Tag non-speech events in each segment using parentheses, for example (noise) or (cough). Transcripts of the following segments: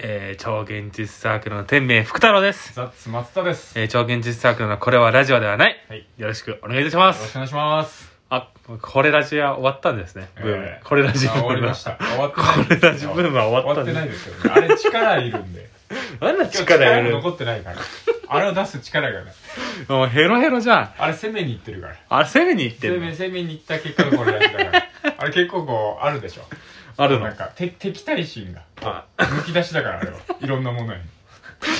えー、超現実サークルの天命福太郎です。ザッツ松田です。えー、超現実サークルのこれはラジオではない。はい。よよろしくお願いいたしまろしくすお。願いします。あ、これラジオは終わったんですね。ブーム。えーこれラジブあーム終わりました。終わってない。これラジブームは終わったんで終わってないですけどね。あれ力いるんで。あんな今日力やがる残。ってないから。あれを出す力がない。もうヘロヘロじゃん。あれ攻めに行ってるから。あれ攻めに行って攻るめ、の攻めに行った結果がこれだから。あれ結構こう、あるでしょ。あるのなん。か、て敵対心が。あむき出しだから、あれは。いろんなものに。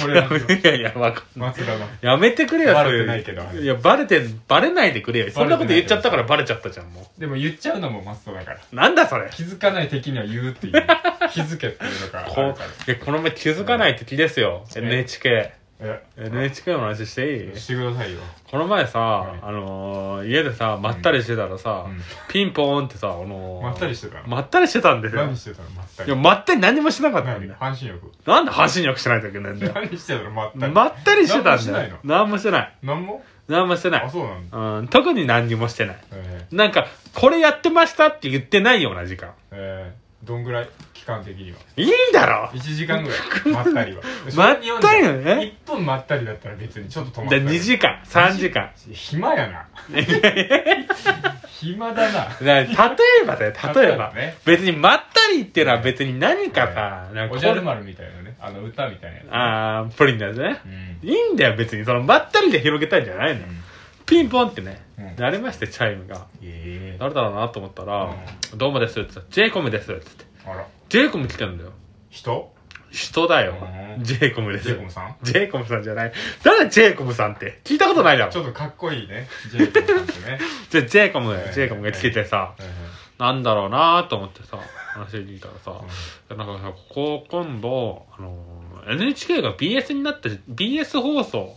これなん (laughs) です (laughs) よいやいや、わかんない。松田の。やめてくれよ、バそうレいてうないけどあれいや、バレて、バレないでくれよ。そんなこと言っちゃったからバレちゃったじゃん、もでも言っちゃうのも松田だから。う。なんだそれ。気づかない敵には言うっていう。気づけっていうのがあるかこら。いやこの前気づかない敵ですよ。うん NHK。え NHK の話していいしてくださいよ。この前さ、はいあのー、家でさ、まったりしてたらさ、うんピンポーンってさ、あのー、まったりしてたのまったりしてたんですよ何。してたのまったいり。や、まったり何もしなかったんだ何よ。半身浴。なんで発信力しないといけないんだよ。何してたのまったり。まったりしてたんだよ。何もしてない。何も何もしてなあ、い。そうなんだ。うん、特に何にもしてない。えーなんか、これやってましたって言ってないような時間。えー、どんぐらい期間的には。いいだろ1時間ぐらい。まったりは。まったりなのね ?1 分まったりだったら別にちょっと止まったでり。 2時間、3時間。暇やな。暇だな。だから例えばだ (laughs) よ、例えば。ね。別にまったりっていうのは別に何かさ、なんかこおうじゃる丸みたいなね。あの歌みたいなやつ。あー、プリンだね。うん。いいんだよ、別に。その、まったりで広げたいんじゃないの。ピンポンってね、うん鳴りまして、チャイムが。ええ。誰だろうなと思ったら、どうもです、つって。ジェイコムです、つって。あら。ジェイコム来てんだよ。人人だよう。んジェイコムです。ジェイコムさんジェイコムさんじゃない。誰だジェイコムさんって。聞いたことないだろ。ちょっとかっこいいね。ジェイコムさんって (laughs) ね。じゃあジェイコムは、いジェイコムが来ててさ、うんなんだろうなと思ってさ、話聞いたらさ、なんかさ、ここ今度、あのー、NHK が BS になって、BS 放送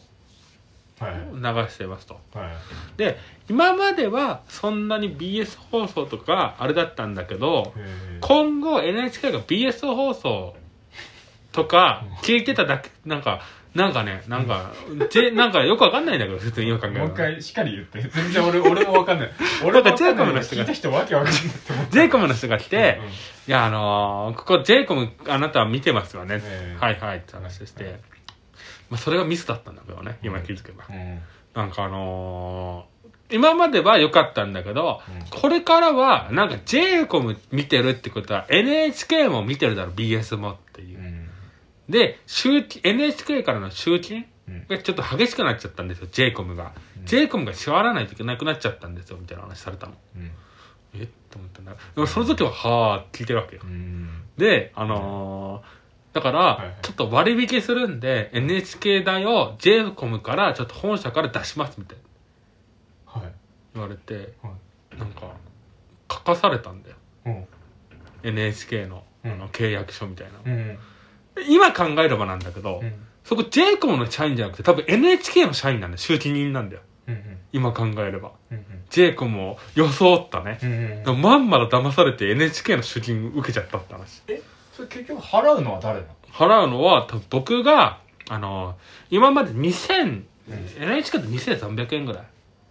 はいを流していますと。はい。で、今まではそんなに BS 放送とかあれだったんだけど、へー今後 NHK が BS 放送とか聞いてただけ、なんか、なんかね、なんか、ジ (laughs) ェなんかよくわかんないんだけど、普通によく考えたもらう一回しっかり言って全然俺俺もわかんない俺もわかんない聞いた人わけわかんないと思ってジェイコムの人が来て、うんいや、あのーここ、ジェイコム、あなたは見てますよね。ええはいはいって話して、はいはいまあ、それがミスだったんだけどね、今気づけば。うんなんかあのー今までは良かったんだけど、うこれからは、なんか j イコム見てるってことは NHK も見てるだろ、BS もっていうう。んで、集金、NHK からの集金うんがちょっと激しくなっちゃったんですよ、j イコムが。うん j イコムが支払わないといけなくなっちゃったんですよ、みたいな話されたの。うんえと思ったんだ。でもその時は、はー聞いてるわけよう。んで、あのーだから、いはいちょっと割引するんで、NHK 代を j イコムから、ちょっと本社から出します、みたいなはい言われて、はなんか、書かされたんだよ。いうん NHK のあうんの契約書みたいな、うん今考えればなんだけど、うんそこ j イコムの社員じゃなくて多分 NHK の社員なんだよ集金人なんだようんうん今考えればうん j イコムを装ったねう、んうんまんまだ騙されて NHK の集金受けちゃったって話えそれ結局払うのは誰なの払うのは多分僕があの今まで2000、うん NHK って2300円ぐらい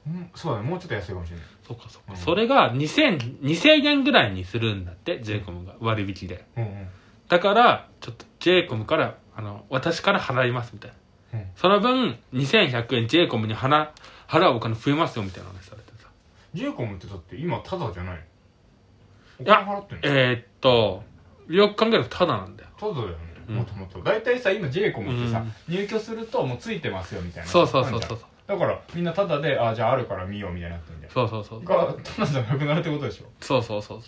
うんそうだねもうちょっと安いかもしれないそっかそっか、うんそれが2000 2000円ぐらいにするんだって j イコムが割引でうんうんだからちょっと j イコムからあの私から払いますみたいなうんその分、2100円 j イコムに払払うお金増えますよ、みたいな話されてさ。ジェイコムってだって今タダじゃないのおいや金払ってんのえー、っと、よく考えるとタダなんだよ。タダだよねうんもともと大体さ今ジェイコムってうさん入居するともうついてますよみたいなそうそうそうあるじゃんそう。だからみんなタダであじゃああるから見ようみたいになってんじゃんそうそうそう。がタダじゃなくなるってこと (laughs) でしょそうそうそう。うん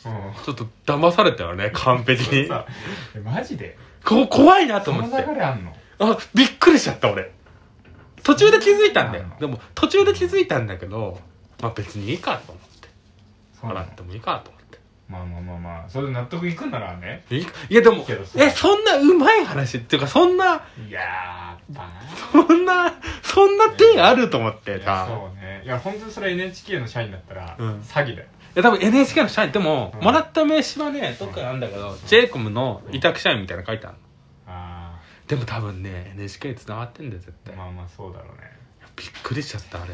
ちょっと騙されたよね、完璧に。さ (laughs) えマジでこ怖いなとそ思のっ流て。れあんのあ、びっくりしちゃった、俺。途中で気づいたんだよそうな。のでも、途中で気づいたんだけど、まあ別にいいかと思って。そうな払のってもいいかと思って。まあまあまあまあそれで納得いくんならねいいかいやでもけど、さえ、そんなうまい話っていうか、そんな、いやーバーそんな、そんな手あると思っていさや。そうねいや本当にそれ NHK の社員だったらうん詐欺いだよや多分 NHK の社員でも、うんもらった名刺はねどっかにあるんだけど、ジェイコムの委託社員みたいなの書いてあるのあでも多分ね NHK に繋がってんだよ絶あ対、まあまあそうだろうねびっくりしちゃったあれ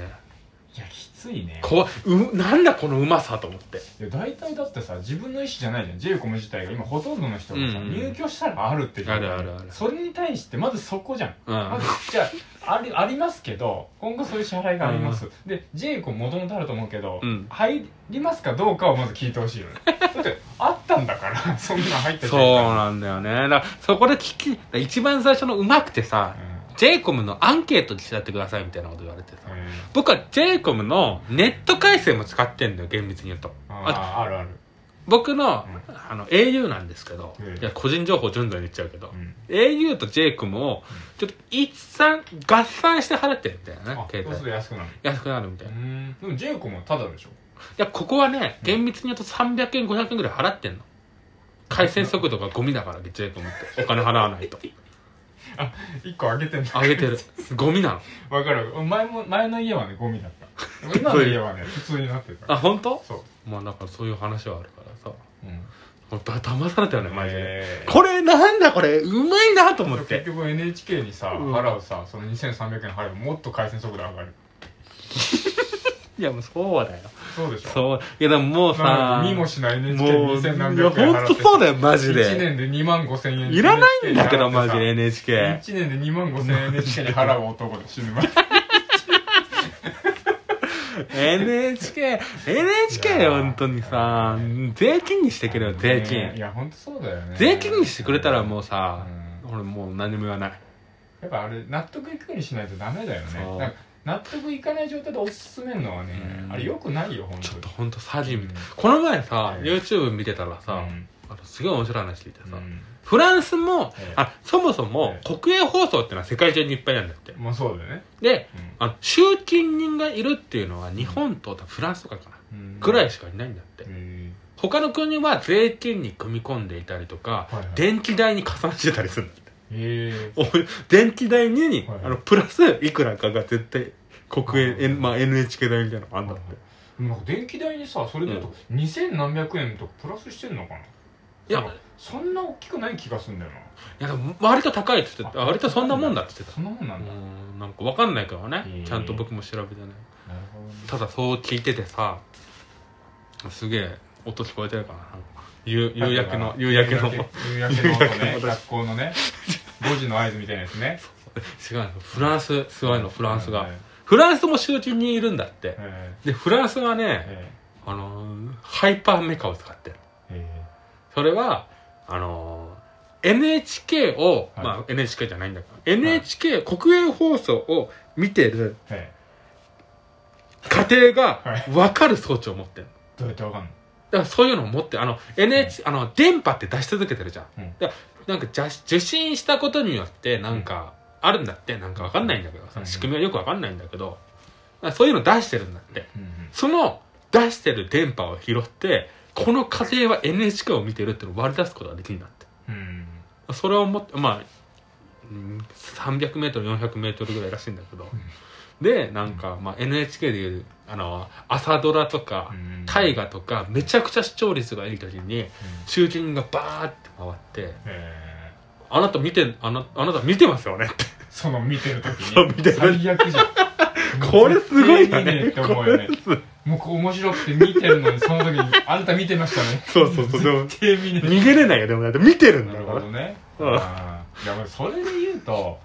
いやきついねこわうなんだこのうまさと思っていや大体だってさ自分の意思じゃないじゃん j イコム自体が今ほとんどの人がさ、うんうん入居したらあるっていうあるあるあるそれに対してまずそこじゃんうんまずじゃあありありますけど今後そういう支払いがあります、で J イコムもともとあると思うけど、うん入りますかどうかをまず聞いてほし (laughs) いのねだってあったんだからそんなの入ってそうなんだよねだそこで聞き一番最初のうまくてさう j イコムのアンケートにしやってくださいみたいなこと言われてさん、うん僕は j イコムのネット回線も使ってんだよ厳密に言うとあああるある、僕の,、あの au なんですけど、うんいや個人情報順序に言っちゃうけど、うん au と j イコムをちょっと一算合算して払ってるみたいなねあ携そうす帯ると安くなる安くなるみたいうな、いんでも J イコムはタダでしょやここはねうん厳密に言うと300円500円ぐらい払ってんの回線速度がゴミだからで j イコムってお金払わ (laughs) ないと1個あげてんだ上げてるゴミなのわかる前も前の家はねゴミだっ (laughs) たでも今の家はね普通になってるからあ本当？そう、まあなんかそういう話はあるからさうん、もうだ騙されたよねマジで、えーこれなんだこれうまいなと思っ結て局 NHK にさうん払うさその2300円払うもっと回線速度上がるいやもうそうだよそうでしょそういやでももうなさのに見もしない NHK もう、 2い千何や、百円払ほっんてとそうだよ、マジ1で。年で2万5千円いらないんだけど、マジで NHK。 1年で2万5千円 NHK に払う男で死ぬまで NHK、NHK、ほんとにさ、税金にしてくれよ、税ねい金。や本当そうだよね税金にしてくれたらもうさう、俺もう何も言わない。やっぱあれ納得いくようにしないとダメだよそねうなんか納得いかない状態でおすすめるのはねうんあれよくないよ本ちょっと当ほんと詐欺みたい。うんこの前さ、うん YouTube 見てたらさう、んあのすごい面白い話聞いてさ、うんフランスもええ、あ、そもそもえ国営放送ってのは世界中にいっぱいなんだって。まあそうだよねで、うんあの、集金人がいるっていうのは日本とフランスとかかな。ぐらいしかいないんだって。うん他の国は税金に組み込んでいたりとか、はいはい電気代に加算してたりするんだってへえお電気代に、はいはいあのプラスいくらかが絶対国営、はいはい N まあ、NHK 代みたいなのがあんだって、なんか電気代にさそれで言うと2千何百円とかプラスしてんのかないやなんかそんな大きくない気がすんだよないやでも割と高いって言ってたあ割とそんなもんだって言ってたそんなもんなんだうんなんか分かんないけどね、へえちゃんと僕も調べてないなるほどねただそう聞いててさすげえ音聞こえてるかななんか夕夕焼けの夕焼けの違う夕焼けの音夕焼ねけの学校のね5時の合図みたいなやつねの (laughs) フランスすごいのフランスが、はいはいフランスも集金にいるんだって、えでフランスはね、ーえあのーハイパーメカを使ってるーえそれはあのー NHK を、はいまあ NHK じゃないんだから NHK、国営放送を見てるーえ家庭がは分かる装置を持ってるーどうやってわかんのだからそういうのを持ってあの NH、あの電波って出し続けてるじゃん、うんだからなんかじゃ受信したことによってなんかあるんだってなんか分かんないんだけどさ、うん仕組みはよく分かんないんだけどだからそういうの出してるんだってうんうんその出してる電波を拾って、この家庭は NHK を見てるってのを割り出すことができるんだって。うんそれをもって、まあ、うん300メートル、400メートルぐらいらしいんだけど。で、なんか、まあ NHK でいう、あの、朝ドラとか、うん大河とか、めちゃくちゃ視聴率がいい時に、集金がバーって回って、えあなた見て、あなあなた見てますよねって。ーその見てる (laughs) 時そう見てるに最悪じゃん (laughs) これすごいよ見ねえね。って思うよねこれすもうこう面白くて見てるのにその時 (laughs) に「あんた見てましたね」そうそうそう。でも、絶対見ねえ逃げれないよ。でもだって見てるんなだるかほらど。ねうんあーいや俺それで言うと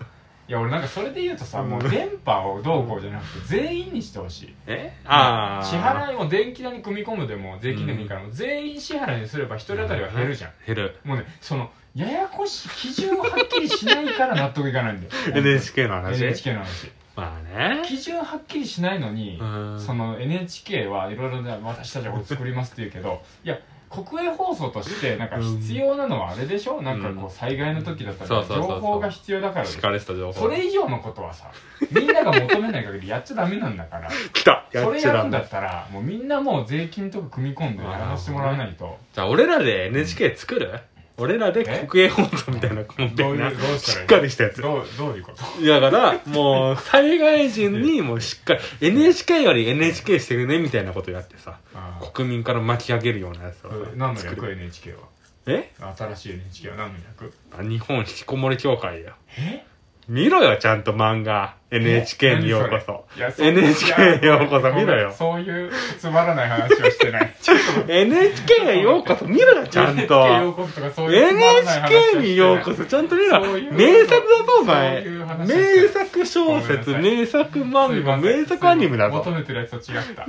いや俺なんかそれで言うとさもう電波をどうこうじゃなくて全員にしてほしいえああ。支払いも電気代に組み込むでも税金でもいいから、もう全員支払いにすれば一人当たりは減るじゃん、減る。もうねそのややこしい基準をはっきりしないから納得いかない (laughs) んだよ NHK の話 NHK の話まあね基準はっきりしないのに、うんその NHK はいろいろね私たちはこれ作りますって言うけどいや国営放送としてなんか必要なのはあれでしょ、なんかこう災害の時だったり、そうそう情そうそう報が必要だからでししょかれした情報それ以上のことはさみんなが求めない限りやっちゃダメなんだから来た (laughs) やそっれちゃやダるんメだったらもうみんなもう税金とか組み込んでやらせてもらわな (laughs) いとじゃあ俺らで NHK 作る俺らで国営放送みたいなコンテどうンいうツどうししったからいいりしたやつどうどういうことだからもう災害時にもうしっかり NHK より NHK してるねみたいなことやってさあー国民から巻き上げるようなやつをさ何の作役る NHK はえ新しい NHK は何の役あ日本引きこもり協会だよえ見ろよ、ちゃんと漫画。NHK にようこそ。いやそう NHK にようこそ見ろよ。そういうつまらない話をしてない。ちょっと NHK がようこそ見ろよ、 (laughs) ちゃん NHK ようと。こそとかそういうつまらない話をして NHK にようこそ、ちゃんと見ろそうい。う名作だぞ、お前そういう。話をして名作小説、ごめんなさい名作漫画、すいません名作アニメだぞ求。めてるやつと違った。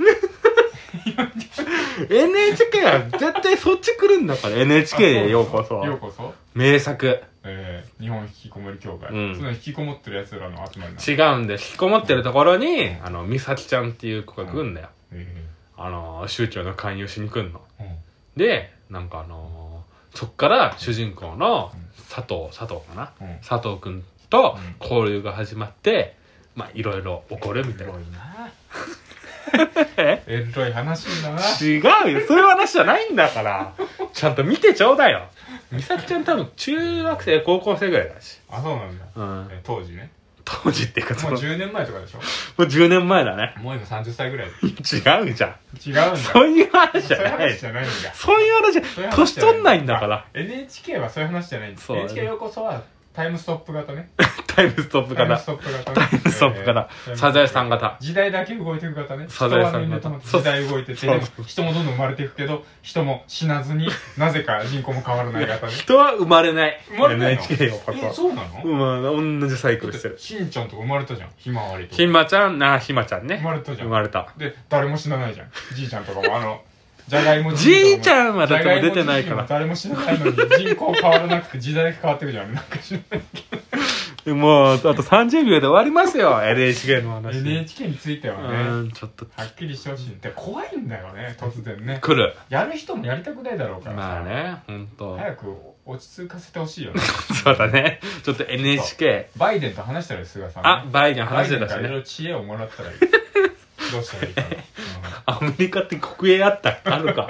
NHK は絶対そっち来るんだから、NHK へようこそ。ようこそ。名作。えー、日本引きこもり協会。うんその引きこもってるやつらの集 (laughs) まりなの。違うんで、引きこもってるところに、あの、美咲ちゃんっていう子が来るんだよ。えあの、宗教の勧誘しに来んの。ーうんで、なんかあのーそっから主人公のうん佐藤、佐藤かな (laughs) うん佐藤くんとうん交流が始まって、まあ、いろいろ起こるみたいエなロ。いなえエロい話だな違うよそういう話じゃないんだからちゃんと見てちょうだいよ美咲ちゃん多分中学生高校生ぐらいだしあそうなんだ、うんえ当時ね当時っていうかそものうも10年前とかでしょう10年前だねもう今30歳ぐらいで違うじゃん違うんだそういう話じゃそういうな話いじゃないんだそういう話じゃそういう話じゃない年取んないんだからあ NHK はそういう話じゃないんだそう NHK ようこそはタイムストップ型ねタイムストップタかイムらストップ型タイムストップからえーサザエさん型時代だけ動いていく型ねサザエさん型人はみなともそう時代動いててそうでも人もどんどん生まれていくけど人も死なずになぜか人口も変わらない型ね人は生まれない生まれないの NHK よこえそそうなのうん同じサイクルしてだっるてしんちゃんとか生まれたじゃんひまわりとかひまちゃんなひまちゃん生ねまれたじゃ生んまれたで誰も死なないじゃんじいちゃんとかもあのじゃがいもじいちんゃんはだってもう出てないじゃかがもじいもら誰も死なないのに人口変わらなくて時代だけ変わってくじゃんなんか死なないもう、あと30秒で終わりますよ、NHK の話。 NHK についてうはねーん、ちょっと、はっきりしてほしいで怖いんだよね突然ね来る。やる人もやりたくないだろうからさ、まあね、ほんと。早く落ち着かせてほしいよねそうだね。ちょっと NHK。バイデンと話したらいい菅さんね、あ、バイデン話してたバしイデンからいろいね。ろ知恵をもらったらいいどうしたらいい (laughs) かな、うんアメリカって国営あったあるか。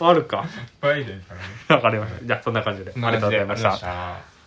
あるか。バイデンからねわかりました。じゃあ、そんな感じで。ありがとうございました。た